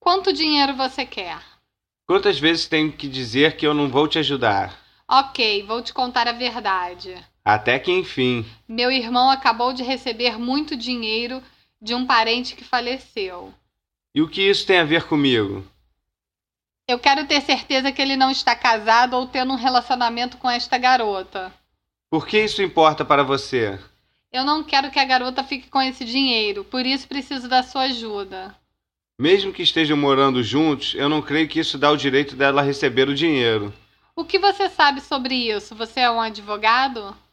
Quanto dinheiro você quer? Quantas vezes tenho que dizer que eu não vou te ajudar? Ok, vou te contar a verdade. Até que enfim. Meu irmão acabou de receber muito dinheiro de um parente que faleceu. E o que isso tem a ver comigo? Eu quero ter certeza que ele não está casado ou tendo um relacionamento com esta garota. Por que isso importa para você? Eu não quero que a garota fique com esse dinheiro, por isso preciso da sua ajuda. Mesmo que estejam morando juntos, eu não creio que isso dá o direito dela receber o dinheiro. O que você sabe sobre isso? Você é um advogado?